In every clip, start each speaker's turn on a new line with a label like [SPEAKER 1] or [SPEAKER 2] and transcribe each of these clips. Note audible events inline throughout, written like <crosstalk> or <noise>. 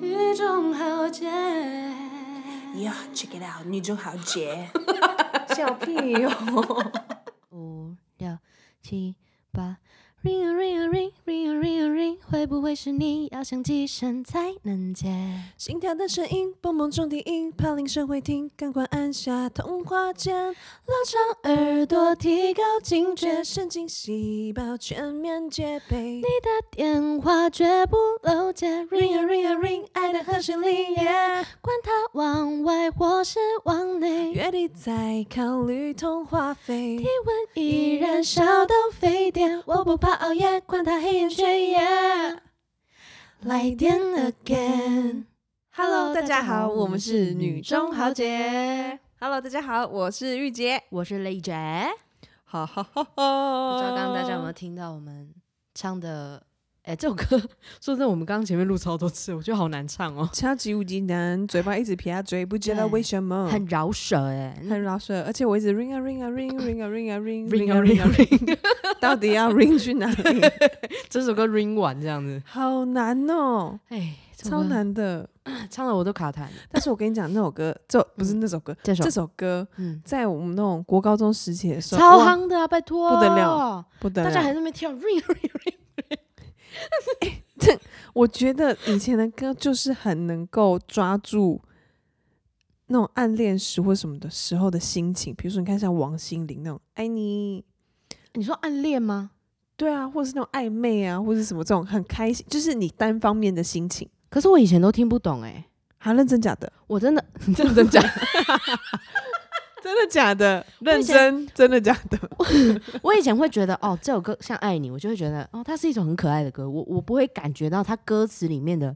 [SPEAKER 1] 女中豪杰。
[SPEAKER 2] Yeah，check it out，女中豪杰。
[SPEAKER 1] 笑屁哟、
[SPEAKER 3] 五六七八，ring a ring a ring ring a ring a ring，会不会是你？要想几声才能接？
[SPEAKER 2] <laughs> 心跳的声音，蹦蹦中低音，怕铃声会停，赶快按下通话键，拉长耳朵提高警觉，神经细胞全面戒 <laughs> 备。
[SPEAKER 3] 你的电话绝不漏接，ring a ring a ring，爱的和弦里耶，管它往外或是往内，
[SPEAKER 2] 月底再考虑通话费
[SPEAKER 3] 体。温依然烧到沸点，我不怕熬夜，管它黑眼圈耶，来电 again。Hello，大家好，我们是女中豪杰，
[SPEAKER 1] Hello，大家好，我是玉洁。
[SPEAKER 3] 我是雷姐。
[SPEAKER 1] 哈哈哈哈！
[SPEAKER 3] 不
[SPEAKER 1] 不
[SPEAKER 3] 知道刚刚大家有没有听到我们唱的？哎、这首歌 <laughs> 说真的，我们刚刚前面录超多次，我觉得好难唱 <laughs> 哦，
[SPEAKER 2] 超级无敌难，嘴巴一直撇嘴，不 <laughs> 知道为什么，
[SPEAKER 3] 很饶舌哎、 <laughs>
[SPEAKER 2] 很饶舌，而且我一直 ring 啊 ring 啊 ring ring 啊 ring 啊 <laughs> ring
[SPEAKER 3] Ring 啊 ring 啊 ring，
[SPEAKER 2] <laughs> 到底要 ring 去哪里？
[SPEAKER 3] 这首歌 ring 完这样子，
[SPEAKER 2] 好难哦，
[SPEAKER 3] 哎、这首
[SPEAKER 2] 超
[SPEAKER 3] 歌，
[SPEAKER 2] 难的。
[SPEAKER 3] 唱的我都卡痰。
[SPEAKER 2] 但是我跟你讲，那首歌，这不是那 <laughs> 首歌，
[SPEAKER 3] 这首
[SPEAKER 2] 这首歌
[SPEAKER 3] 嗯，
[SPEAKER 2] 在我们那种国高中时期的时候，
[SPEAKER 3] 超
[SPEAKER 2] 哇，
[SPEAKER 3] 夯的啊，拜托，
[SPEAKER 2] 不得了，不得
[SPEAKER 3] 大家还
[SPEAKER 2] 了。
[SPEAKER 3] 在那边跳 ring ring ring，
[SPEAKER 2] 我觉得以前的歌就是很能够抓住那种暗恋时或什么的时候的心情，比如说你看像王心凌那种“爱你”，
[SPEAKER 3] 你说暗恋吗？
[SPEAKER 2] 对啊，或者是那种暧昧啊，或者是什么这种很开心，就是你单方面的心情。
[SPEAKER 3] 可是我以前都听不懂哎、
[SPEAKER 2] 好、认真假的？
[SPEAKER 3] 我真
[SPEAKER 2] <laughs>
[SPEAKER 3] 的 <laughs> 认真讲，
[SPEAKER 2] 真的假的？认
[SPEAKER 3] 以前
[SPEAKER 2] 真？真的假的？
[SPEAKER 3] 我以前会觉得哦，这首歌像爱你，我就会觉得哦，它是一首很可爱的歌，我我不会感觉到它歌词里面的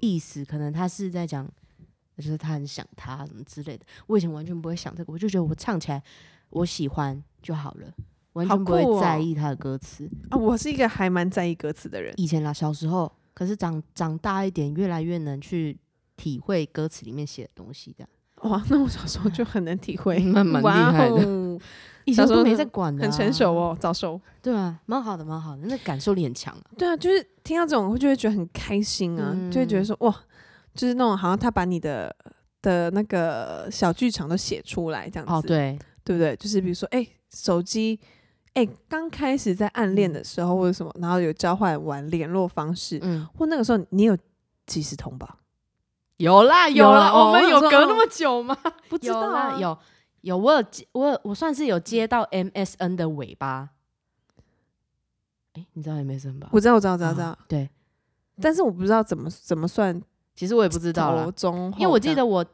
[SPEAKER 3] 意思，可能他是在讲，就是他很想他什么之类的。我以前完全不会想这个，我就觉得我唱起来我喜欢就好了，完全不
[SPEAKER 2] 好酷
[SPEAKER 3] 会
[SPEAKER 2] 哦
[SPEAKER 3] 在意他的歌词。
[SPEAKER 2] <laughs> 啊，我是一个还蛮在意歌词的人。
[SPEAKER 3] 以前啦，小时候，可是长长大一点，越来越能去体会歌词里面写的东西，这样
[SPEAKER 2] 哇， <laughs> 那我小时候就很能体会，
[SPEAKER 3] <laughs> 蛮蛮厉害的。 <laughs>
[SPEAKER 2] 的，
[SPEAKER 3] 以前
[SPEAKER 2] 小时
[SPEAKER 3] 都
[SPEAKER 2] 候
[SPEAKER 3] 没
[SPEAKER 2] 很
[SPEAKER 3] 在管的、啊
[SPEAKER 2] 很成熟，哦，早熟。
[SPEAKER 3] 对啊，蛮好的，蛮好的，那感受力很强啊。
[SPEAKER 2] 对啊，就是听到这种，我就会觉得很开心啊，就会
[SPEAKER 3] 嗯
[SPEAKER 2] 觉得说哇，就是那种好像他把你的的那个小剧场都写出来这样子，
[SPEAKER 3] 哦，对，
[SPEAKER 2] 对不对？就是比如说，哎、手机，哎、刚开始在暗恋的时候或者什么，然后有交换完联络方式，
[SPEAKER 3] 嗯，
[SPEAKER 2] 或那个时候你有即时通吧？
[SPEAKER 3] 有啦有啦，
[SPEAKER 2] 有啦哦
[SPEAKER 3] 我们有
[SPEAKER 2] 我想说
[SPEAKER 3] 隔那么久吗？
[SPEAKER 2] <laughs> 不知道、
[SPEAKER 3] 有
[SPEAKER 2] 啊
[SPEAKER 3] 啦，有有，我有接我有我算是有接到 MSN 的尾巴。哎、你知道 MSN 吧？
[SPEAKER 2] 我知道，我知道，我知道，我知道
[SPEAKER 3] 啊，对，
[SPEAKER 2] 但是我不知道怎么怎么算
[SPEAKER 3] 其实我也不知道啦
[SPEAKER 2] 头，中后这样，
[SPEAKER 3] 因为我记得我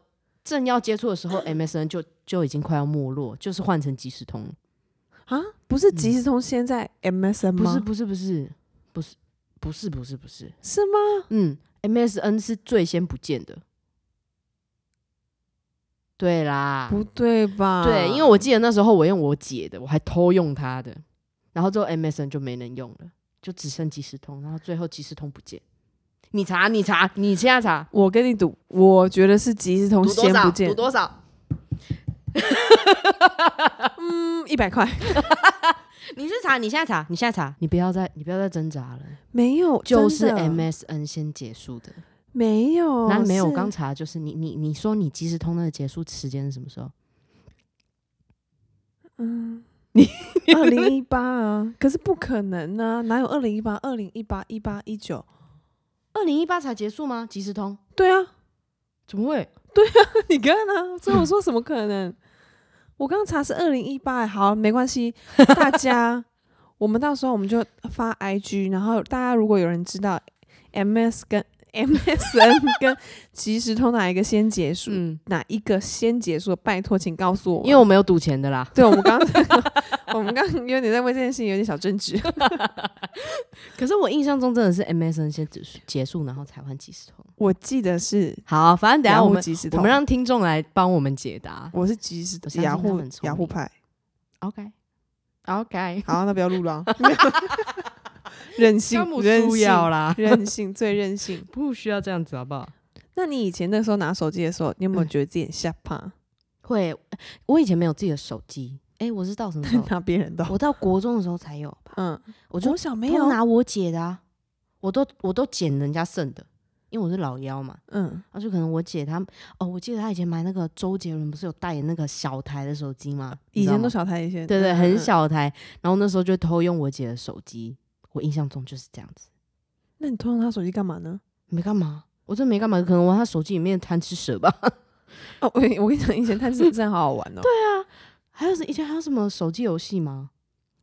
[SPEAKER 3] 正要接触的时候，MSN 就就已经快要没落，就是换成即时通。
[SPEAKER 2] 啊，不是即时通现在 MSN
[SPEAKER 3] 嗯不
[SPEAKER 2] 吗？
[SPEAKER 3] 是不是不是不是不是不是不是，
[SPEAKER 2] 是吗？
[SPEAKER 3] 嗯，MSN 是最先不见的。对啦，
[SPEAKER 2] 不对吧？
[SPEAKER 3] 对，因为我记得那时候我用我姐的，我还偷用她的，然后之后 MSN 就没能用了，就只剩即时通，然后最后即时通不见。你查，你查，你现在查，
[SPEAKER 2] 我跟你赌，我觉得是即时通
[SPEAKER 3] 赌多
[SPEAKER 2] 先
[SPEAKER 3] 少？
[SPEAKER 2] 不
[SPEAKER 3] 赌
[SPEAKER 2] 见，
[SPEAKER 3] 多少？
[SPEAKER 2] 嗯，一百块
[SPEAKER 3] 你是查，你现在查，你现在查，你不要再，你不要再挣扎了，
[SPEAKER 2] 没有，
[SPEAKER 3] 就是
[SPEAKER 2] 真的
[SPEAKER 3] MSN 先结束的。
[SPEAKER 2] 没有，
[SPEAKER 3] 那没有，我
[SPEAKER 2] 是
[SPEAKER 3] 刚查哦就是你你你说你即时通那个结束时间是什么时候？
[SPEAKER 2] 嗯，你二零一八啊，可是不可能啊，哪有二零一八、二零一八、一八、一九？
[SPEAKER 3] 二零一八才结束吗？即时通？
[SPEAKER 2] 对啊，
[SPEAKER 3] 怎么会？
[SPEAKER 2] <laughs> 你看啊，所以我说怎么可能？我刚查是二零一八，好，没关系，大家，我们到时候我们就发 IG，然后大家如果有人知道 MS 跟 MSN <laughs> 跟即时通哪一个先结束，
[SPEAKER 3] 嗯，
[SPEAKER 2] 哪一个先结束，拜托请告诉我们，
[SPEAKER 3] 因为我没有赌钱的啦。
[SPEAKER 2] 对我们刚刚 <laughs> 我们刚刚有点在为这件事情有点小争执。
[SPEAKER 3] <laughs>
[SPEAKER 2] <laughs>
[SPEAKER 3] 可是我印象中真的是 MSN 先结束，结束然后才换即时通。
[SPEAKER 2] 我记得是
[SPEAKER 3] 好，反正等一
[SPEAKER 2] 雅
[SPEAKER 3] 下
[SPEAKER 2] 虎
[SPEAKER 3] 我们
[SPEAKER 2] 即时
[SPEAKER 3] 我
[SPEAKER 2] 通，
[SPEAKER 3] 们让听众来帮我们解答。
[SPEAKER 2] 我是即时
[SPEAKER 3] 我相信
[SPEAKER 2] 雅
[SPEAKER 3] 他
[SPEAKER 2] 虎
[SPEAKER 3] 们聪
[SPEAKER 2] 雅虎
[SPEAKER 3] 明
[SPEAKER 2] 派。
[SPEAKER 3] OK OK，
[SPEAKER 2] 好，那不要
[SPEAKER 3] <laughs>
[SPEAKER 2] 录了啊，任性
[SPEAKER 3] 詹姆，
[SPEAKER 2] 任
[SPEAKER 3] 斯要
[SPEAKER 2] 性，
[SPEAKER 3] 啦，
[SPEAKER 2] 任性，最任性。
[SPEAKER 3] <laughs> 不需要这样子好不好？
[SPEAKER 2] <laughs> 那你以前那时候拿手机的时候，你有没有
[SPEAKER 3] 嗯
[SPEAKER 2] 觉得自己很下怕？？
[SPEAKER 3] 会，我以前没有自己的手机，哎，我是到什么时候
[SPEAKER 2] <laughs> 拿别人的哦，
[SPEAKER 3] 我到国中的时候才有吧？
[SPEAKER 2] 嗯，
[SPEAKER 3] 我就
[SPEAKER 2] 我小没
[SPEAKER 3] 都
[SPEAKER 2] 有，
[SPEAKER 3] 拿我姐的、啊，我都我都捡人家剩的，因为我是老幺嘛，
[SPEAKER 2] 嗯，
[SPEAKER 3] 啊，就可能我姐她哦，我记得她以前买那个周杰伦不是有代言那个小台的手机吗？你
[SPEAKER 2] 以
[SPEAKER 3] 知道
[SPEAKER 2] 前都
[SPEAKER 3] 吗
[SPEAKER 2] 小台一些，
[SPEAKER 3] 对对，
[SPEAKER 2] 嗯
[SPEAKER 3] 很。
[SPEAKER 2] 嗯嗯
[SPEAKER 3] 小台，然后那时候就偷用我姐的手机，我印象中就是这样子，
[SPEAKER 2] 那你偷用他手机干嘛呢？
[SPEAKER 3] 没干嘛，我真没干嘛，可能玩她手机里面贪吃蛇吧。 <laughs>
[SPEAKER 2] 哦，我我跟你讲，以前贪吃真的好好玩哦。对，
[SPEAKER 3] 还有是以前还有什么手机游戏吗？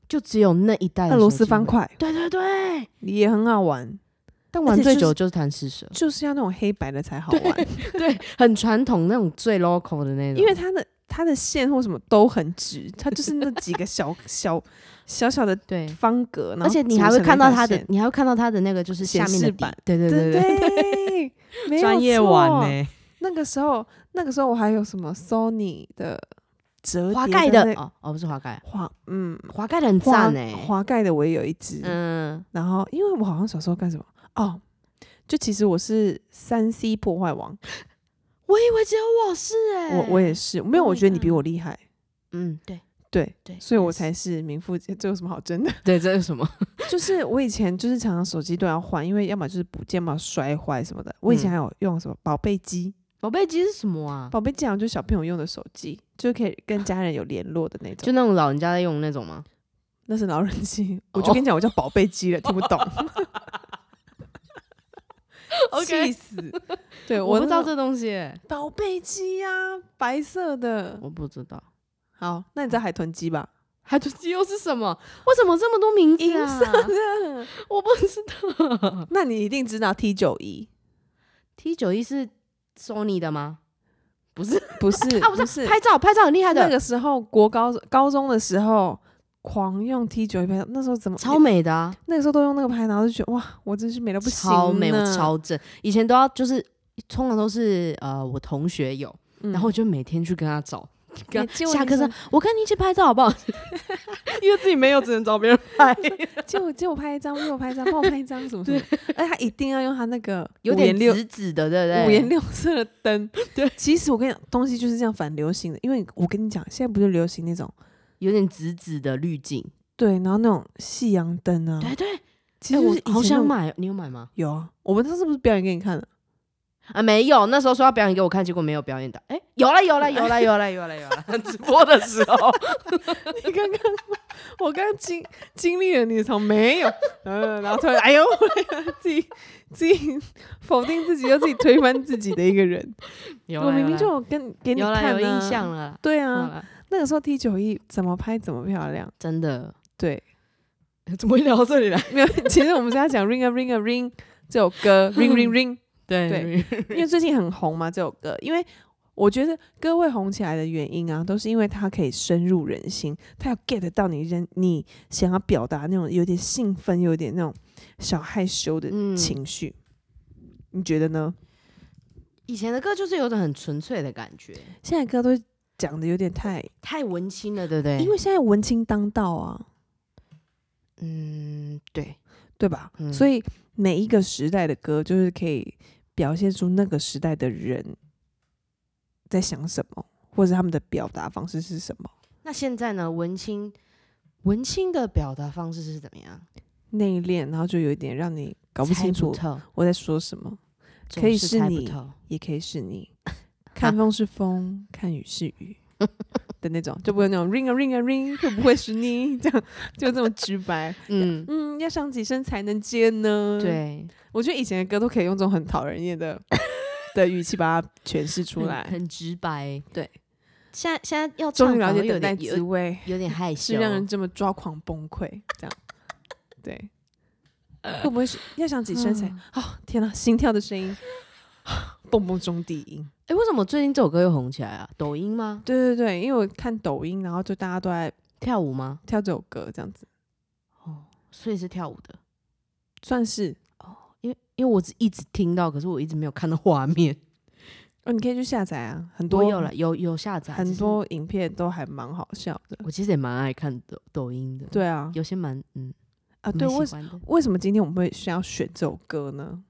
[SPEAKER 3] 就只有那一代的
[SPEAKER 2] 俄罗
[SPEAKER 3] 手
[SPEAKER 2] 斯
[SPEAKER 3] 机
[SPEAKER 2] 方
[SPEAKER 3] 会，
[SPEAKER 2] 块
[SPEAKER 3] 对对对，
[SPEAKER 2] 也很好玩，
[SPEAKER 3] 但
[SPEAKER 2] 而
[SPEAKER 3] 玩
[SPEAKER 2] 且
[SPEAKER 3] 最
[SPEAKER 2] 就
[SPEAKER 3] 久
[SPEAKER 2] 是
[SPEAKER 3] 就是贪吃蛇，
[SPEAKER 2] 就是要那种黑白的才好玩，
[SPEAKER 3] 对，很传统那种最 local 的那种，
[SPEAKER 2] 因为它的它的线或什么都很直，它就是那几个小 <laughs> 小小小的
[SPEAKER 3] 对，
[SPEAKER 2] 方格，然
[SPEAKER 3] 而
[SPEAKER 2] 后
[SPEAKER 3] 且你
[SPEAKER 2] 组
[SPEAKER 3] 还会
[SPEAKER 2] 成
[SPEAKER 3] 看
[SPEAKER 2] 了一
[SPEAKER 3] 到
[SPEAKER 2] 条
[SPEAKER 3] 它的
[SPEAKER 2] 线，
[SPEAKER 3] 你还会看到它的那个就是下
[SPEAKER 2] 显
[SPEAKER 3] 面
[SPEAKER 2] 示
[SPEAKER 3] 的底
[SPEAKER 2] 板，
[SPEAKER 3] 对对
[SPEAKER 2] 对
[SPEAKER 3] 对对， <laughs>
[SPEAKER 2] 对，没有
[SPEAKER 3] 专业
[SPEAKER 2] 错
[SPEAKER 3] 玩呢、
[SPEAKER 2] 那个时候，那个时候我还有什么 Sony 的折
[SPEAKER 3] 滑
[SPEAKER 2] 叠
[SPEAKER 3] 盖
[SPEAKER 2] 的
[SPEAKER 3] 的
[SPEAKER 2] 那
[SPEAKER 3] 哦哦，不是滑盖，
[SPEAKER 2] 滑，嗯，
[SPEAKER 3] 滑盖的很
[SPEAKER 2] 滑
[SPEAKER 3] 赞哎、
[SPEAKER 2] 滑盖的我也有一只，
[SPEAKER 3] 嗯，
[SPEAKER 2] 然后因为我好像小时候干什么哦，就其实我是三 C 破坏王，
[SPEAKER 3] 我以为只有我是哎、
[SPEAKER 2] 我我也是，没有，
[SPEAKER 3] Oh
[SPEAKER 2] 我
[SPEAKER 3] my
[SPEAKER 2] 觉得你比
[SPEAKER 3] God
[SPEAKER 2] 我厉害，
[SPEAKER 3] 嗯对
[SPEAKER 2] 对，
[SPEAKER 3] 对，
[SPEAKER 2] 所以
[SPEAKER 3] 也
[SPEAKER 2] 我
[SPEAKER 3] 是
[SPEAKER 2] 才是名副，这有什么好
[SPEAKER 3] <laughs>
[SPEAKER 2] 争的？
[SPEAKER 3] 对这是什么？
[SPEAKER 2] 就是我以前就是常常手机都要换，因为要么就是不见，要么摔坏什么的。我以
[SPEAKER 3] 嗯
[SPEAKER 2] 前还有用什么宝贝机，
[SPEAKER 3] 宝贝机是什么啊？
[SPEAKER 2] 宝贝机好像就是小朋友用的手机，就可以跟家人有联络的那
[SPEAKER 3] 就
[SPEAKER 2] 种。
[SPEAKER 3] 那种老人家在用的那种吗？
[SPEAKER 2] 那是老人机，
[SPEAKER 3] <laughs>
[SPEAKER 2] 我
[SPEAKER 3] 哦
[SPEAKER 2] 就跟你讲，我叫宝贝机了，听不懂。
[SPEAKER 3] OK
[SPEAKER 2] <laughs> 气死！对
[SPEAKER 3] 我不
[SPEAKER 2] 那
[SPEAKER 3] 知道
[SPEAKER 2] 种
[SPEAKER 3] 这东西欸、
[SPEAKER 2] 宝贝机呀、白色的。
[SPEAKER 3] 我不知
[SPEAKER 2] <laughs>
[SPEAKER 3] 道。
[SPEAKER 2] 好，那你知道海豚机吧？
[SPEAKER 3] 海豚机又是什么？为什么这么多名字
[SPEAKER 2] 银
[SPEAKER 3] 啊？
[SPEAKER 2] 色的，
[SPEAKER 3] 我不知道。
[SPEAKER 2] <laughs> 那你一定知道 T 九一，
[SPEAKER 3] T 九一是 Sony 的吗？不是
[SPEAKER 2] 不是？
[SPEAKER 3] 啊，我
[SPEAKER 2] 不
[SPEAKER 3] 知
[SPEAKER 2] 是
[SPEAKER 3] 道拍照拍照很厉害的，
[SPEAKER 2] 那个时候国高高中的时候，狂用 T 九一拍照，那时候怎么
[SPEAKER 3] 超？美的、啊，
[SPEAKER 2] 那个时候都用那个拍，然后就觉得哇，我真是美到不行啊呢，
[SPEAKER 3] 超美，我超正。以前都要就是通常都是呃我同学有，
[SPEAKER 2] 嗯。
[SPEAKER 3] 然后我就每天去跟他找。跟他
[SPEAKER 2] 结果
[SPEAKER 3] 下
[SPEAKER 2] 你
[SPEAKER 3] 课
[SPEAKER 2] 说
[SPEAKER 3] 上， <laughs> 我跟哎你一起拍照好不好？ <laughs> 因为自己没有，只能找别人拍。
[SPEAKER 2] 借我借我拍一张，借我拍一张，帮 <laughs> 我拍一张，什么什么的。哎，他一定要用他那个
[SPEAKER 3] <laughs> 有
[SPEAKER 2] 五
[SPEAKER 3] 点
[SPEAKER 2] 颜六
[SPEAKER 3] 紫紫的，对不对？
[SPEAKER 2] 五颜六色的灯。对，其实我跟你讲，东西就是这样反流行的，因为我跟你讲，现在不就流行那种
[SPEAKER 3] 有点紫紫的滤镜。
[SPEAKER 2] 对，然后那种夕阳灯啊，
[SPEAKER 3] 对对，
[SPEAKER 2] 其实
[SPEAKER 3] 哎
[SPEAKER 2] 就是以
[SPEAKER 3] 我好
[SPEAKER 2] 前那
[SPEAKER 3] 想
[SPEAKER 2] 种。
[SPEAKER 3] 买，你有买吗？
[SPEAKER 2] 有啊，我们那是不是表演给你看
[SPEAKER 3] <laughs>
[SPEAKER 2] 的？
[SPEAKER 3] 啊，没有，那时候说要表演给我看，结果没有表演到。哎，有了，有了，有了，有了，有了，有了。 <laughs> 直播的时候，
[SPEAKER 2] 你刚刚，我刚刚经经历了你的场没有，嗯，然后突然，哎呦， <laughs> 自己自己 <laughs> 否定自己，又自己推翻自己的一个人。
[SPEAKER 3] 有啦
[SPEAKER 2] 我明
[SPEAKER 3] 有
[SPEAKER 2] 明
[SPEAKER 3] 啦
[SPEAKER 2] 就有跟给你
[SPEAKER 3] 有啦，
[SPEAKER 2] 看、
[SPEAKER 3] 有
[SPEAKER 2] 啊、
[SPEAKER 3] 印象。了啦。
[SPEAKER 2] 对
[SPEAKER 3] 有
[SPEAKER 2] 啊，
[SPEAKER 3] 啦
[SPEAKER 2] 那个时候 T 九一怎么拍怎么漂亮。
[SPEAKER 3] 真的，
[SPEAKER 2] 对，
[SPEAKER 3] <laughs> 怎么会聊到这里来？
[SPEAKER 2] 没有，其实我们是要讲 Ring a Ring a Ring 这首歌
[SPEAKER 3] <laughs>
[SPEAKER 2] ，Ring Ring Ring。
[SPEAKER 3] 对
[SPEAKER 2] 对，因为最近很红嘛，这首歌，因为我觉得歌会红起来的原因啊，都是因为它可以深入人心，它要 get 到你人你想要表达那种有点兴奋，有点那种小害羞的
[SPEAKER 3] 嗯
[SPEAKER 2] 情绪。你觉得呢？
[SPEAKER 3] 以前的歌就是有种很纯粹的感觉，
[SPEAKER 2] 现在歌都讲的有点太，
[SPEAKER 3] 太文青了，对不对？
[SPEAKER 2] 因为现在文青当道啊，
[SPEAKER 3] 嗯，对，
[SPEAKER 2] 对吧？
[SPEAKER 3] 嗯
[SPEAKER 2] 所以每一个时代的歌，就是可以表现出那个时代的人在想什么，或者他们的表达方式是什么。
[SPEAKER 3] 那现在呢，文青文青的表达方式是怎么样？
[SPEAKER 2] 内敛，然后就有一点让你搞不
[SPEAKER 3] 猜
[SPEAKER 2] 清楚
[SPEAKER 3] 透，
[SPEAKER 2] 我在说什么，
[SPEAKER 3] 总
[SPEAKER 2] 可以
[SPEAKER 3] 是
[SPEAKER 2] 是
[SPEAKER 3] 猜不
[SPEAKER 2] 你
[SPEAKER 3] 透。
[SPEAKER 2] 也可以
[SPEAKER 3] <laughs>
[SPEAKER 2] 是你看风是风，看雨是雨的那种，就不会那种 ring a ring a ring，会不会是你？这样就这么直白。
[SPEAKER 3] 嗯，
[SPEAKER 2] 嗯，要上几声才能接呢？，
[SPEAKER 3] 对，
[SPEAKER 2] 我觉得以前的歌都可以用这种很讨人厌
[SPEAKER 3] <laughs>
[SPEAKER 2] 的的语气把它诠释出
[SPEAKER 3] 很
[SPEAKER 2] 来。
[SPEAKER 3] 很直白。
[SPEAKER 2] 对，
[SPEAKER 3] 现在现在要
[SPEAKER 2] <laughs> 终
[SPEAKER 3] 唱
[SPEAKER 2] 于了
[SPEAKER 3] 反而
[SPEAKER 2] 解
[SPEAKER 3] 有
[SPEAKER 2] 等待
[SPEAKER 3] 点
[SPEAKER 2] 滋
[SPEAKER 3] 有
[SPEAKER 2] 味，
[SPEAKER 3] 有点害羞，
[SPEAKER 2] <laughs> 是让人这么抓狂崩溃。这样，对，会不会是要想几声才？哦，天哪，心跳的声音， <laughs> 蹦蹦中低音。
[SPEAKER 3] 哎，为什么最近这首歌又红起来啊？抖音吗？
[SPEAKER 2] 对对对，因为我看抖音，然后就大家都在
[SPEAKER 3] 跳舞吗？
[SPEAKER 2] 跳这首歌，这样子
[SPEAKER 3] 哦，所以是跳舞的。
[SPEAKER 2] 算是
[SPEAKER 3] 因为因为我只一直听到，可是我一直没有看到画面。
[SPEAKER 2] 哦，你可以去下载啊，很多
[SPEAKER 3] 我有了，有有下载，只
[SPEAKER 2] 很
[SPEAKER 3] 是
[SPEAKER 2] 多影片都还蛮好笑的。
[SPEAKER 3] 我其实也蛮爱看抖抖音的，
[SPEAKER 2] 对啊，
[SPEAKER 3] 有些蛮嗯
[SPEAKER 2] 啊对，
[SPEAKER 3] 蛮
[SPEAKER 2] 为
[SPEAKER 3] 喜
[SPEAKER 2] 什
[SPEAKER 3] 欢的。
[SPEAKER 2] 为什么今天我们会需要选这首歌呢？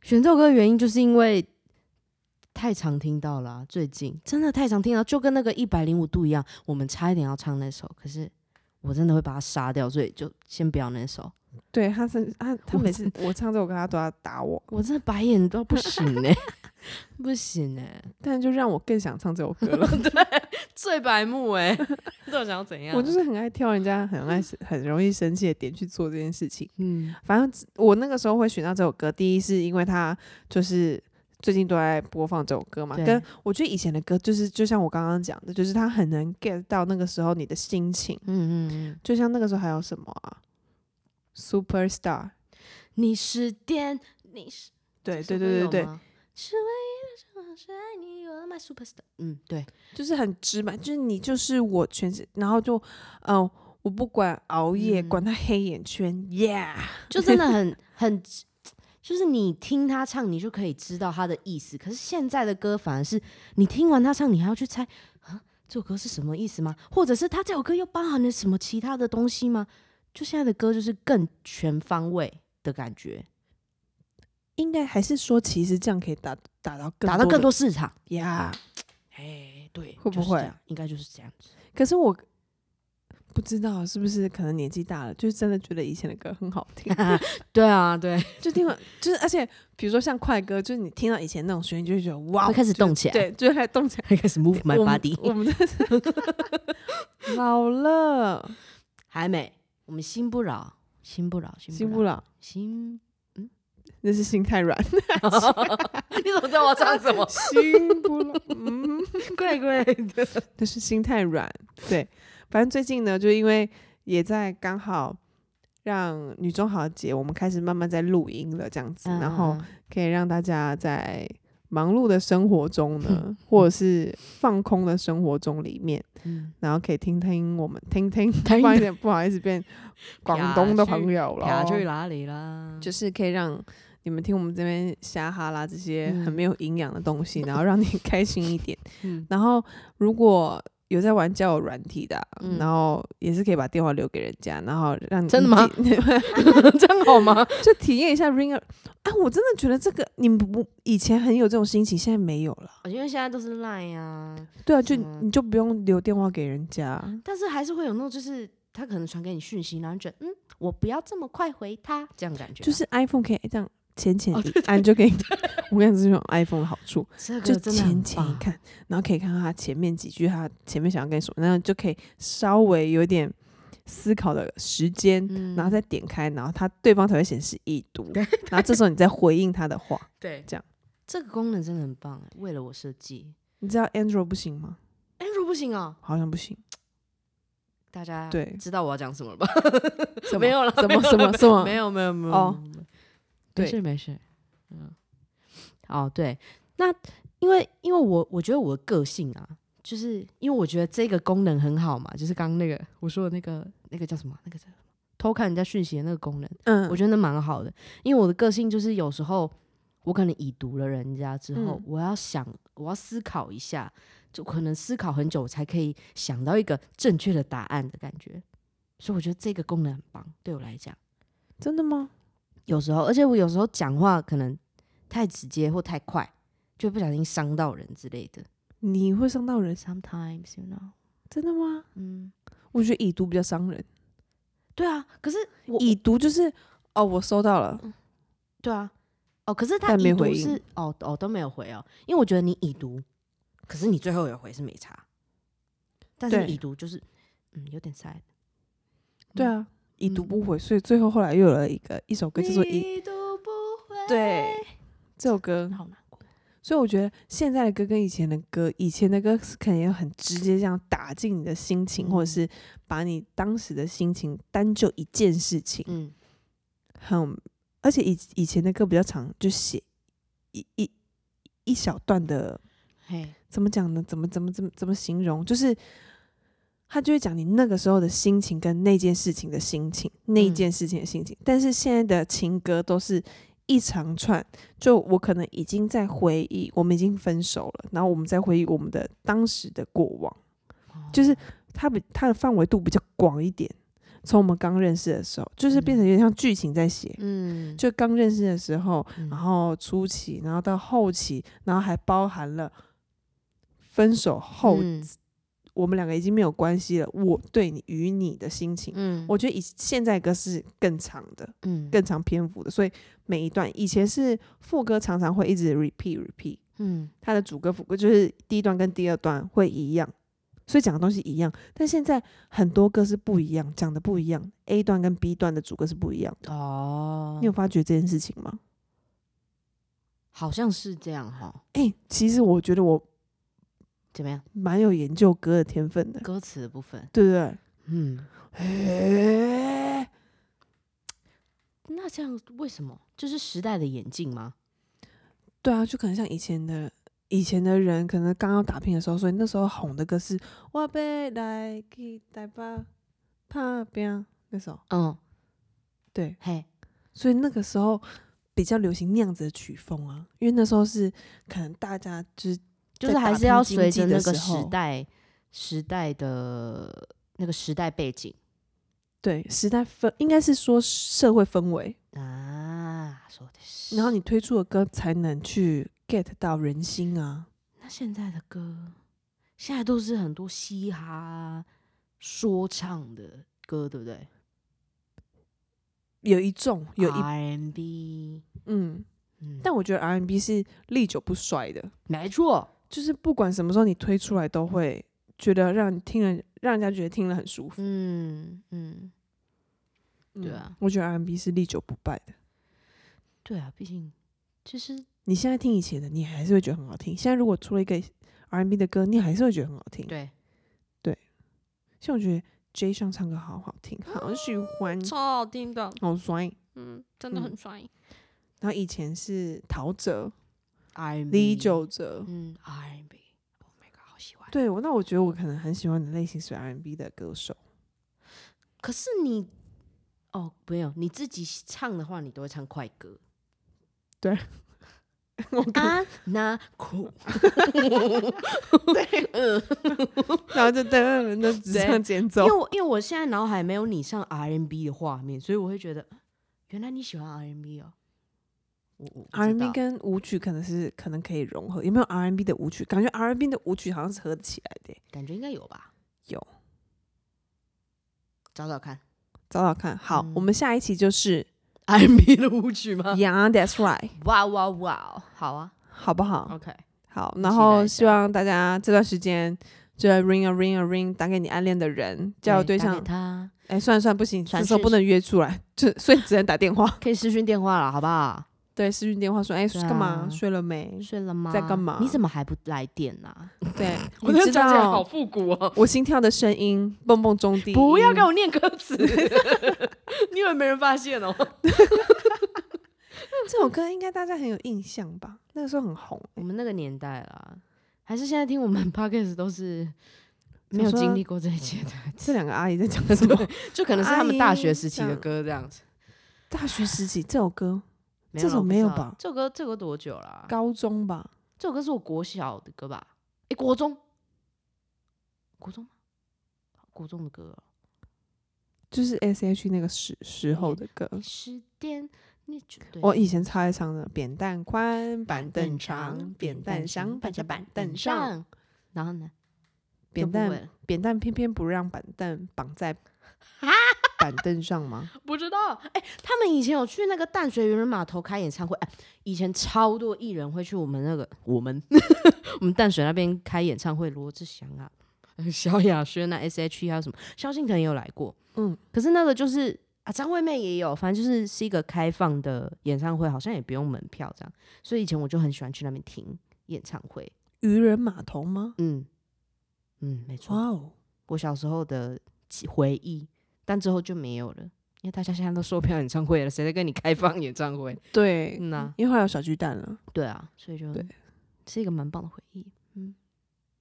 [SPEAKER 3] 选这首歌的原因就是因为太常听到了啊、最近真的太常听到，就跟那个一百零五度一样，我们差一点要唱那首，可是我真的会把它杀掉，所以就先不要那首。
[SPEAKER 2] 对他是他
[SPEAKER 3] 我
[SPEAKER 2] 他每次我唱这首歌，他都要打我，
[SPEAKER 3] 我真的白眼都不行哎、 <laughs> 不行哎、
[SPEAKER 2] <laughs>
[SPEAKER 3] <laughs>
[SPEAKER 2] 但就让我更想唱这首歌了。
[SPEAKER 3] 最白目哎、 <laughs> 到底想要怎样
[SPEAKER 2] 我就是很爱挑人家很爱很容易生气的点去做这件事情。
[SPEAKER 3] 嗯
[SPEAKER 2] 反正我那个时候会选到这首歌，第一是因为它就是最近都在播放这首歌嘛，
[SPEAKER 3] 对
[SPEAKER 2] 跟我觉得以前的歌就是就像我刚刚讲的，就是它很能 get 到那个时候你的心情，
[SPEAKER 3] 嗯嗯嗯，
[SPEAKER 2] 就像那个时候还有什么啊，Superstar，
[SPEAKER 3] 你是电，你是
[SPEAKER 2] 对对对对对，，
[SPEAKER 3] 是唯一的什是爱你，You're my superstar。嗯，对，
[SPEAKER 2] 就是很直白，就是你就是我全是，然后就嗯、呃我不管熬夜，
[SPEAKER 3] 嗯
[SPEAKER 2] 管他黑眼圈，Yeah，
[SPEAKER 3] 就真的很 <laughs> 很，就是你听他唱，你就可以知道他的意思。可是现在的歌反而是你听完他唱，你还要去猜啊，这首歌是什么意思吗？或者是他这首歌又包含了什么其他的东西吗？就现在的歌就是更全方位的感觉，
[SPEAKER 2] 应该还是说其实这样可以达达到更
[SPEAKER 3] 打到更
[SPEAKER 2] 多
[SPEAKER 3] 多市场。
[SPEAKER 2] 的 Yeah。
[SPEAKER 3] 哎，对，
[SPEAKER 2] 会不
[SPEAKER 3] 就是
[SPEAKER 2] 会
[SPEAKER 3] 这样应该就是这样子？
[SPEAKER 2] 可是我不知道是不是可能年纪大了，就是真的觉得以前的歌很好
[SPEAKER 3] <laughs>
[SPEAKER 2] 听，
[SPEAKER 3] 对啊，对，
[SPEAKER 2] 就听了就是，而且比如说像快歌，就是你听到以前那种旋律，就会觉得哇，
[SPEAKER 3] 会开始
[SPEAKER 2] 就
[SPEAKER 3] 动起来，，
[SPEAKER 2] 对，就会开始动起来。
[SPEAKER 3] 会开始 move my
[SPEAKER 2] 我们
[SPEAKER 3] body。
[SPEAKER 2] 我们真
[SPEAKER 3] <laughs>
[SPEAKER 2] 是老了，
[SPEAKER 3] 还没，我们心不老，心不老，心
[SPEAKER 2] 心
[SPEAKER 3] 不
[SPEAKER 2] 不
[SPEAKER 3] 老，
[SPEAKER 2] 老，
[SPEAKER 3] 心。
[SPEAKER 2] 那是心太软，？
[SPEAKER 3] <laughs> 你怎么知道我要唱什么
[SPEAKER 2] 心不老，嗯，
[SPEAKER 3] 怪怪的。
[SPEAKER 2] 那是心太软。对，反正最近呢，就因为也在刚好让女中豪姐，我们开始慢慢在录音了，这样
[SPEAKER 3] 嗯
[SPEAKER 2] 子，然后可以让大家在忙碌的生活中呢，或者是放空的生活中里面，
[SPEAKER 3] 嗯，
[SPEAKER 2] 然后可以听听我们听听，
[SPEAKER 3] 听
[SPEAKER 2] 不然有点不好意
[SPEAKER 3] <laughs>
[SPEAKER 2] 思变广东的朋友
[SPEAKER 3] 爬
[SPEAKER 2] 了，
[SPEAKER 3] 去哪里啦？
[SPEAKER 2] 就是可以让你们听我们这边瞎哈啦这些
[SPEAKER 3] 嗯
[SPEAKER 2] 很没有营养的东西，然后让你 <laughs> 开心一点。 <laughs>
[SPEAKER 3] 嗯
[SPEAKER 2] 然后如果有在玩交友软体的啊、
[SPEAKER 3] 嗯
[SPEAKER 2] 然后也是可以把电话留给人家，然后让你
[SPEAKER 3] 真的吗
[SPEAKER 2] 自己
[SPEAKER 3] 这样好吗？
[SPEAKER 2] <laughs> 就体验一下 ringer。哎、我真的觉得这个你们不以前很有这种心情，现在没有了。
[SPEAKER 3] 因为现在都是 Line 啊，
[SPEAKER 2] 对啊，就
[SPEAKER 3] 什么
[SPEAKER 2] 你就不用留电话给人家。
[SPEAKER 3] 但是还是会有那种，就是他可能传给你讯息，然后你觉得嗯，我不要这么快回他，这样感觉啊。哦
[SPEAKER 2] 就是 iPhone 可以这样浅浅一按就可以。 <laughs> 我跟你说，这种 iPhone 的好处
[SPEAKER 3] 这
[SPEAKER 2] 就
[SPEAKER 3] 个真的
[SPEAKER 2] 浅
[SPEAKER 3] 很
[SPEAKER 2] 浅一
[SPEAKER 3] 棒，
[SPEAKER 2] 看，然后可以看到他前面几句，他前面想要跟你说，然后就可以稍微有一点思考的时间，
[SPEAKER 3] 嗯
[SPEAKER 2] 然后再点开，然后他对方才会显示已读，然后这时候你再回应他的话。
[SPEAKER 3] 对
[SPEAKER 2] 这样
[SPEAKER 3] 这个功能真的很棒哎，为了我设计。
[SPEAKER 2] 你知道 Android 不行吗？
[SPEAKER 3] 哎，如果不行哦，
[SPEAKER 2] 好像不行。
[SPEAKER 3] 大家
[SPEAKER 2] 对
[SPEAKER 3] 知道我要讲 <laughs> 什么了吧？
[SPEAKER 2] 什么
[SPEAKER 3] <laughs> 没有了，
[SPEAKER 2] 什
[SPEAKER 3] 没有
[SPEAKER 2] 么
[SPEAKER 3] 了
[SPEAKER 2] 什么什么？
[SPEAKER 3] 没有没有没有
[SPEAKER 2] 哦，
[SPEAKER 3] 没有没有
[SPEAKER 2] 对
[SPEAKER 3] 没事没事，嗯，哦对，那因为因为我我觉得我的个性啊，就是因为我觉得这个功能很好嘛，就是刚刚那个我说的那个那个叫什么啊那个叫什么偷看人家讯息的那个功能，
[SPEAKER 2] 嗯，
[SPEAKER 3] 我觉得那蛮好的，因为我的个性就是有时候我可能已读了人家之后，
[SPEAKER 2] 嗯
[SPEAKER 3] 我要想我要思考一下，就可能思考很久我才可以想到一个正确的答案的感觉，所以我觉得这个功能很棒，对我来讲。
[SPEAKER 2] 真的吗？
[SPEAKER 3] 有时候，而且我有时候讲话可能太直接或太快，就不小心伤到人之类的。
[SPEAKER 2] 你会伤到人？
[SPEAKER 3] Sometimes you know，
[SPEAKER 2] 真的吗？
[SPEAKER 3] 嗯，
[SPEAKER 2] 我觉得已读比较伤人。
[SPEAKER 3] 对啊，可是我嗯
[SPEAKER 2] 已读就是哦，我收到了，
[SPEAKER 3] 对啊，哦，可是他
[SPEAKER 2] 但没
[SPEAKER 3] 已
[SPEAKER 2] 回
[SPEAKER 3] 读
[SPEAKER 2] 应
[SPEAKER 3] 是哦哦都没有回哦，因为我觉得你已读，可是你最后有回是没差，但是
[SPEAKER 2] 对
[SPEAKER 3] 你已读就是嗯有点 sad。
[SPEAKER 2] 对
[SPEAKER 3] 嗯
[SPEAKER 2] 啊，已读不回，所以最后后来又有了一个一首歌叫做《已》，
[SPEAKER 3] 读不回，
[SPEAKER 2] 对，这首歌
[SPEAKER 3] 很，好难过。
[SPEAKER 2] 所以我觉得现在的歌跟以前的歌，以前的歌是可能要很直接这样打进你的心情，
[SPEAKER 3] 嗯
[SPEAKER 2] 或者是把你当时的心情单就一件事情，
[SPEAKER 3] 嗯，
[SPEAKER 2] 很，而且以以前的歌比较长，就写一一一小段的
[SPEAKER 3] 嘿，
[SPEAKER 2] 怎么讲呢？怎么怎么怎么怎么形容？就是他就会讲你那个时候的心情跟那件事情的心情，那一
[SPEAKER 3] 嗯
[SPEAKER 2] 件事情的心情。但是现在的情歌都是一长串，就我可能已经在回忆，我们已经分手了，然后我们在回忆我们的当时的过往，
[SPEAKER 3] 哦
[SPEAKER 2] 就是它比它的范围度比较广一点。从我们刚认识的时候，就是变成有点像剧情在写，
[SPEAKER 3] 嗯，
[SPEAKER 2] 就刚认识的时候，
[SPEAKER 3] 嗯
[SPEAKER 2] 然后初期，然后到后期，然后还包含了分手后
[SPEAKER 3] 嗯
[SPEAKER 2] 我们两个已经没有关系了，我对你与你的心情，
[SPEAKER 3] 嗯
[SPEAKER 2] 我觉得以现在歌是更长的，
[SPEAKER 3] 嗯
[SPEAKER 2] 更长篇幅的，所以每一段以前是副歌常常会一直 repeat repeat，
[SPEAKER 3] 嗯
[SPEAKER 2] 它的主歌副歌就是第一段跟第二段会一样，所以讲的东西一样，但现在很多歌是不一样，讲的不一样，A 段跟 B 段的主歌是不一样的，
[SPEAKER 3] 哦
[SPEAKER 2] 你有发觉这件事情吗？
[SPEAKER 3] 好像是这样哈，
[SPEAKER 2] 哎、其实我觉得我
[SPEAKER 3] 怎么样？
[SPEAKER 2] 蛮有研究歌的天分的，
[SPEAKER 3] 歌词的部分，
[SPEAKER 2] 对不对？
[SPEAKER 3] 嗯，
[SPEAKER 2] 哎、
[SPEAKER 3] 那这样为什么？就是时代的演进吗？
[SPEAKER 2] 对啊，就可能像以前的以前的人，可能刚刚打拼的时候，所以那时候红的歌是《我被来去台北打拼》那首，
[SPEAKER 3] 嗯，
[SPEAKER 2] 对，
[SPEAKER 3] 嘿，
[SPEAKER 2] 所以那个时候比较流行那样子的曲风啊，因为那时候是可能大家就是
[SPEAKER 3] 就是
[SPEAKER 2] 在
[SPEAKER 3] 还
[SPEAKER 2] 打
[SPEAKER 3] 是
[SPEAKER 2] 拼
[SPEAKER 3] 要
[SPEAKER 2] 经
[SPEAKER 3] 随
[SPEAKER 2] 济
[SPEAKER 3] 着
[SPEAKER 2] 的
[SPEAKER 3] 那个
[SPEAKER 2] 时
[SPEAKER 3] 时
[SPEAKER 2] 候
[SPEAKER 3] 代时代的那个时代背景
[SPEAKER 2] 对时代氛，应该是说社会氛围，
[SPEAKER 3] 啊，说的是。
[SPEAKER 2] 然后你推出的歌才能去 get 到人心啊。
[SPEAKER 3] 那现在的歌，现在都是很多嘻哈说唱的歌，对不对
[SPEAKER 2] 有一种，有
[SPEAKER 3] 啊
[SPEAKER 2] 一
[SPEAKER 3] ？R&B，
[SPEAKER 2] 嗯，
[SPEAKER 3] 嗯，
[SPEAKER 2] 但我觉得 R&B 是历久不衰的，
[SPEAKER 3] 没错，
[SPEAKER 2] 就是不管什么时候你推出来，都会觉得让你听了，让人家觉得听了很舒服。
[SPEAKER 3] 嗯嗯，对
[SPEAKER 2] 嗯
[SPEAKER 3] 啊，
[SPEAKER 2] 我觉得 R&B 是历久不败的。
[SPEAKER 3] 对啊，毕竟其实
[SPEAKER 2] 你现在听以前的，你还是会觉得很好听。现在如果出了一个 R&B 的歌，你还是会觉得很好听。
[SPEAKER 3] 对，
[SPEAKER 2] 像我觉得 J 上唱歌好好听，好喜欢，
[SPEAKER 3] 嗯哦
[SPEAKER 1] 超好听的，
[SPEAKER 2] 好帅。
[SPEAKER 1] 嗯，真
[SPEAKER 2] 的
[SPEAKER 1] 的
[SPEAKER 2] 很
[SPEAKER 1] 很帅。
[SPEAKER 2] 然后以前是陶喆、
[SPEAKER 3] R&B，
[SPEAKER 2] 李玖哲，
[SPEAKER 3] 嗯，R&B，Oh Oh my god，好喜欢。
[SPEAKER 2] 对我，那我觉得我可能很喜欢的类型是 R&B 的歌手。
[SPEAKER 3] 可是你哦，没有你自己唱的话，你都会唱快歌。
[SPEAKER 2] 对， <laughs>
[SPEAKER 3] 我啊，那苦， <laughs>
[SPEAKER 2] 然后就噔噔噔只
[SPEAKER 3] 对
[SPEAKER 2] 唱间
[SPEAKER 3] 嗯因
[SPEAKER 2] 奏
[SPEAKER 3] 为，我因为我现在脑海没有你唱 R&B 的画面，所以我会觉得，呃原来你喜欢 R&B 哦。我我不知
[SPEAKER 2] R&B
[SPEAKER 3] 道
[SPEAKER 2] 跟舞曲可能是可能可以融合，有没有 R&B 的舞曲？感觉 R&B 的舞曲好像是合得起来的耶。
[SPEAKER 3] 感觉应该有吧？
[SPEAKER 2] 有，
[SPEAKER 3] 找找看
[SPEAKER 2] 找找看。好，
[SPEAKER 3] 嗯
[SPEAKER 2] 我们下一期
[SPEAKER 3] <laughs>
[SPEAKER 2] 就是、
[SPEAKER 3] R&B 的舞曲吗？
[SPEAKER 2] Yeah That's Right，
[SPEAKER 3] 哇哇哇！好啊
[SPEAKER 2] 好不好？
[SPEAKER 3] ，OK，
[SPEAKER 2] 好，
[SPEAKER 3] 期
[SPEAKER 2] 然
[SPEAKER 3] 待
[SPEAKER 2] 后
[SPEAKER 3] 一
[SPEAKER 2] 希
[SPEAKER 3] 下
[SPEAKER 2] 望大家这段时间就要 ring a ring a ring，打给你暗恋的人，交友对
[SPEAKER 3] 打给
[SPEAKER 2] 象。
[SPEAKER 3] 他
[SPEAKER 2] 哎，算了算了，不行，这
[SPEAKER 3] 传
[SPEAKER 2] 时候
[SPEAKER 3] 讯
[SPEAKER 2] 不能约出来，就所以只能打电
[SPEAKER 3] <laughs>
[SPEAKER 2] 话。
[SPEAKER 3] 可以视讯电话了，好不好？
[SPEAKER 2] 对，视讯电话说，哎，
[SPEAKER 3] 对
[SPEAKER 2] 干嘛？
[SPEAKER 3] 啊
[SPEAKER 2] 睡了没？
[SPEAKER 3] 睡了吗？
[SPEAKER 2] 在干嘛
[SPEAKER 3] 你怎么还不来电啊呢、
[SPEAKER 2] 对，
[SPEAKER 3] <laughs> 我
[SPEAKER 2] 你
[SPEAKER 3] 觉得
[SPEAKER 2] 知
[SPEAKER 3] 讲起来好
[SPEAKER 2] 道
[SPEAKER 3] 复古哦！
[SPEAKER 2] 我心跳的声音，蹦蹦中低音。
[SPEAKER 3] 不要给我念歌 <laughs> 词，你以为没人发现哦？
[SPEAKER 2] 这首歌应该大家很有印象吧？那个时候很红。
[SPEAKER 3] <laughs> 我们那个年代啦，还是现在听我们 <laughs> podcast 都是没有
[SPEAKER 2] 想说
[SPEAKER 3] 经历过这一切的，
[SPEAKER 2] 这两个阿姨在 <laughs> 讲什么？
[SPEAKER 3] 就可能是他们大学时期的歌这样子。
[SPEAKER 2] 大学时期这首歌，
[SPEAKER 3] 没有啦
[SPEAKER 2] 这首
[SPEAKER 3] 我不
[SPEAKER 2] 没有
[SPEAKER 3] 知道
[SPEAKER 2] 吧
[SPEAKER 3] 这首歌这首歌多久啦？
[SPEAKER 2] 高中吧，
[SPEAKER 3] 这首歌是我国小的歌吧？诶，国中，国中吗？国中的歌、哦。
[SPEAKER 2] 就是 S H 那个时时候的歌。
[SPEAKER 3] 你十点，你就对
[SPEAKER 2] 我以前超爱唱的，扁担宽，板凳
[SPEAKER 3] 凳
[SPEAKER 2] 长，扁担上，
[SPEAKER 3] 板
[SPEAKER 2] 板
[SPEAKER 3] 在
[SPEAKER 2] 在
[SPEAKER 3] 板
[SPEAKER 2] 板
[SPEAKER 3] 凳
[SPEAKER 2] 凳上，
[SPEAKER 3] 上。然后呢？
[SPEAKER 2] 扁
[SPEAKER 3] 就不会
[SPEAKER 2] 担
[SPEAKER 3] 了
[SPEAKER 2] 扁担偏偏不让板凳绑 <laughs> 在板凳上吗？ <laughs>
[SPEAKER 3] 不知道。哎、他们以前有去那个淡水渔人码头开演唱会，哎、以前超多艺人会去我们那个我们 <laughs> 我们淡水那边开演唱会，罗志祥啊，呃萧亚轩啊，S.H.E 还有什么，萧敬腾也有来过。
[SPEAKER 2] 嗯，
[SPEAKER 3] 可是那个就是啊，张惠妹也有，反正就是是一个开放的演唱会，好像也不用门票这样。所以以前我就很喜欢去那边听演唱会。
[SPEAKER 2] 渔人码头吗？
[SPEAKER 3] 嗯嗯，没错
[SPEAKER 2] 哇，哦，
[SPEAKER 3] 我小时候的记回忆，但之后就没有了。因为大家现在都售票演唱会了，谁在跟你开放演唱会？
[SPEAKER 2] 对，
[SPEAKER 3] 嗯呐、
[SPEAKER 2] 因为后来有小巨蛋了，
[SPEAKER 3] 对啊，所以就
[SPEAKER 2] 对
[SPEAKER 3] 是一个蛮棒的回忆。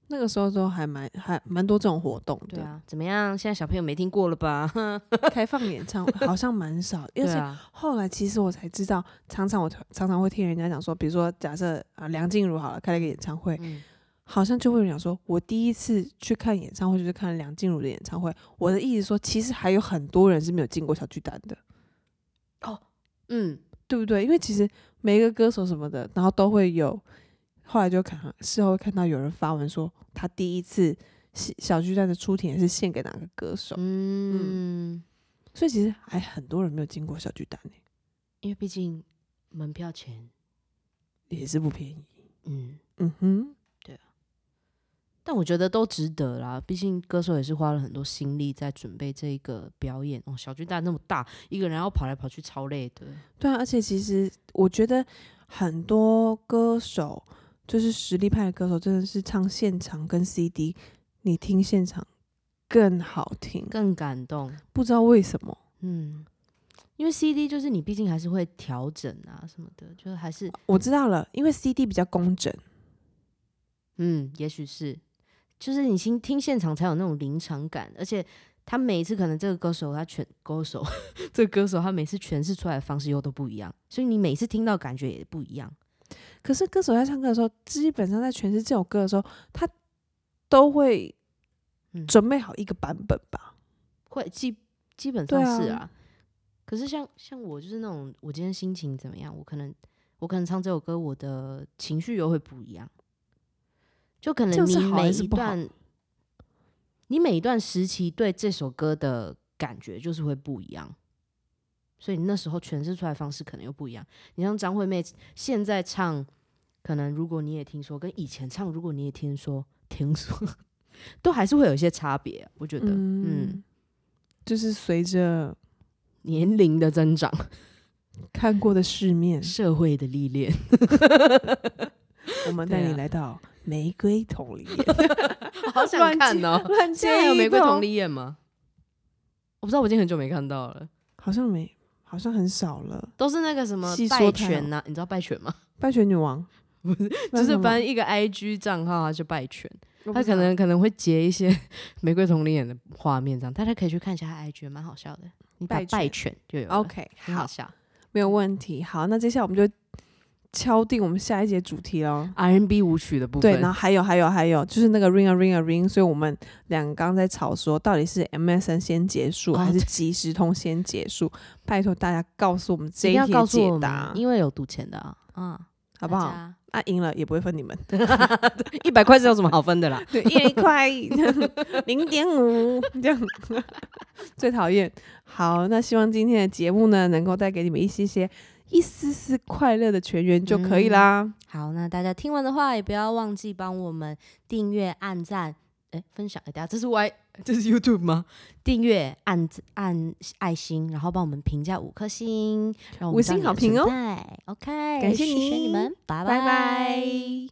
[SPEAKER 2] 那个时候都还蛮还蛮多这种活动
[SPEAKER 3] 对
[SPEAKER 2] 的，
[SPEAKER 3] 啊，怎么样？现在小朋友没听过了吧？ <laughs>
[SPEAKER 2] 开放演唱会好像蛮 <laughs> 少，而
[SPEAKER 3] 对
[SPEAKER 2] 且
[SPEAKER 3] 啊，
[SPEAKER 2] 后来其实我才知道，常常我常常会听人家讲说，比如说假设啊梁静茹好了开了一个演唱会，
[SPEAKER 3] 嗯，
[SPEAKER 2] 好像就会有人讲说，我第一次去看演唱会就是看梁静茹的演唱会。我的意思说，其实还有很多人是没有进过小巨蛋的，
[SPEAKER 3] 嗯，
[SPEAKER 2] 对不对？因为其实每一个歌手什么的，然后都会有，后来就看事后会看到有人发文说，他第一次小小巨蛋的出田是献给哪个歌手，
[SPEAKER 3] 嗯，
[SPEAKER 2] 所以其实还很多人没有经过小巨蛋、欸、
[SPEAKER 3] 因为毕竟门票钱，
[SPEAKER 2] 也是不便宜。
[SPEAKER 3] 嗯，
[SPEAKER 2] 嗯哼，
[SPEAKER 3] 但我觉得都值得啦，毕竟歌手也是花了很多心力在准备这一个表演哦。小巨蛋那么大，一个人要跑来跑去超累的。
[SPEAKER 2] 对啊，而且其实我觉得很多歌手，就是实力派的歌手，真的是唱现场跟 CD，你听现场更好听，
[SPEAKER 3] 更感动。
[SPEAKER 2] 不知道为什么。
[SPEAKER 3] 嗯，因为 CD 就是你毕竟还是会调整啊什么的，就是还是
[SPEAKER 2] 我知道了，因为 CD 比较工整，
[SPEAKER 3] 嗯，也许是，就是你听听现场才有那种临场感，而且他每一次可能这个歌手他诠歌手 <laughs> 这个歌手他每次诠释出来的方式又都不一样，所以你每次听到感觉也不一样。
[SPEAKER 2] 可是歌手在唱歌的时候，基本上在诠释这首歌的时候，他都会
[SPEAKER 3] 嗯
[SPEAKER 2] 准备好一个版本吧。
[SPEAKER 3] 会基基本上
[SPEAKER 2] 对
[SPEAKER 3] 是
[SPEAKER 2] 啊
[SPEAKER 3] 啊。可是像像我就是那种，我今天心情怎么样，我可能我可能唱这首歌，我的情绪又会不一样。就可
[SPEAKER 2] 这样
[SPEAKER 3] 能
[SPEAKER 2] 是
[SPEAKER 3] 你
[SPEAKER 2] 好还
[SPEAKER 3] 每
[SPEAKER 2] 是
[SPEAKER 3] 一
[SPEAKER 2] 不好
[SPEAKER 3] 段，你每一段时期对这首歌的感觉就是会不一样，所以你那时候诠释出来的方式可能又不一样。你像张惠妹现在唱，可能如果你也听说，跟以前唱如果你也听说听说， <laughs> 都还是会有一些差别，我觉得，嗯
[SPEAKER 2] 嗯，就是随着
[SPEAKER 3] 年龄的增长，
[SPEAKER 2] 看过的世面，
[SPEAKER 3] 社会的历练。
[SPEAKER 2] 我们
[SPEAKER 3] 对
[SPEAKER 2] 带你
[SPEAKER 3] 啊
[SPEAKER 2] 来到玫瑰童林。
[SPEAKER 3] <laughs> 好
[SPEAKER 2] 乱
[SPEAKER 3] 想看哦！
[SPEAKER 2] 乱
[SPEAKER 3] <laughs> 现在有玫瑰
[SPEAKER 2] 同
[SPEAKER 3] 同，林宴吗？我不知道，我已经很久没看到了。
[SPEAKER 2] 好像没，好像很少了。
[SPEAKER 3] 都是那个什么
[SPEAKER 2] 戏说
[SPEAKER 3] 拜
[SPEAKER 2] 太
[SPEAKER 3] 犬呐、你知道拜犬吗？
[SPEAKER 2] 拜权女王
[SPEAKER 3] 不
[SPEAKER 2] 是，
[SPEAKER 3] <laughs> 就是
[SPEAKER 2] 拜
[SPEAKER 3] 翻
[SPEAKER 2] <laughs>
[SPEAKER 3] 一个 IG 账号，他就拜犬，
[SPEAKER 2] 什么
[SPEAKER 3] 他可能可能会截一些 <laughs> 玫瑰同林演的画面这样，大家可以去看一下他 IG，蛮好笑的。你打
[SPEAKER 2] 拜犬
[SPEAKER 3] 拜犬就有了
[SPEAKER 2] OK
[SPEAKER 3] 很好
[SPEAKER 2] 好，
[SPEAKER 3] 笑。
[SPEAKER 2] 没有问题。好，那接下来我们就敲定我们下一节主题喽。
[SPEAKER 3] R&B 舞曲的部分，
[SPEAKER 2] 对，然后还有还有还有，就是那个 ring a ring a ring，所以我们两个刚刚在吵说，到底是 MSN 先结束，
[SPEAKER 3] 哦
[SPEAKER 2] 还是
[SPEAKER 3] 对
[SPEAKER 2] 即时通先结束？拜托大家告诉我们这
[SPEAKER 3] 一定要
[SPEAKER 2] 题
[SPEAKER 3] 告
[SPEAKER 2] 的
[SPEAKER 3] 诉我
[SPEAKER 2] 解
[SPEAKER 3] 们
[SPEAKER 2] 答，，
[SPEAKER 3] 因为有赌钱的啊，啊，
[SPEAKER 2] 好不好？
[SPEAKER 3] 大
[SPEAKER 2] 啊，赢了也不会分你们，
[SPEAKER 3] 家？一百块是有什么好分的啦？
[SPEAKER 2] 对，一人一
[SPEAKER 3] <laughs>
[SPEAKER 2] 块，零点五这样， <laughs> 最讨厌。好，那希望今天的节目呢，能够带给你们一些些一丝丝快乐的全员就可以
[SPEAKER 3] 嗯
[SPEAKER 2] 啦。
[SPEAKER 3] 好，那大家听完的话，也不要忘记帮我们订阅、按赞、哎分享。哎，大家这是
[SPEAKER 2] <laughs>
[SPEAKER 3] Y，这是 YouTube 吗？订阅、按按爱心，然后帮我们评价五颗星，让我们
[SPEAKER 2] 五
[SPEAKER 3] 知道
[SPEAKER 2] 星
[SPEAKER 3] 你的
[SPEAKER 2] 好评哦
[SPEAKER 3] 存在。OK，
[SPEAKER 2] 感
[SPEAKER 3] 谢
[SPEAKER 2] 谢
[SPEAKER 3] 谢
[SPEAKER 2] 你
[SPEAKER 3] 你们，拜
[SPEAKER 2] 拜
[SPEAKER 3] 拜
[SPEAKER 2] 拜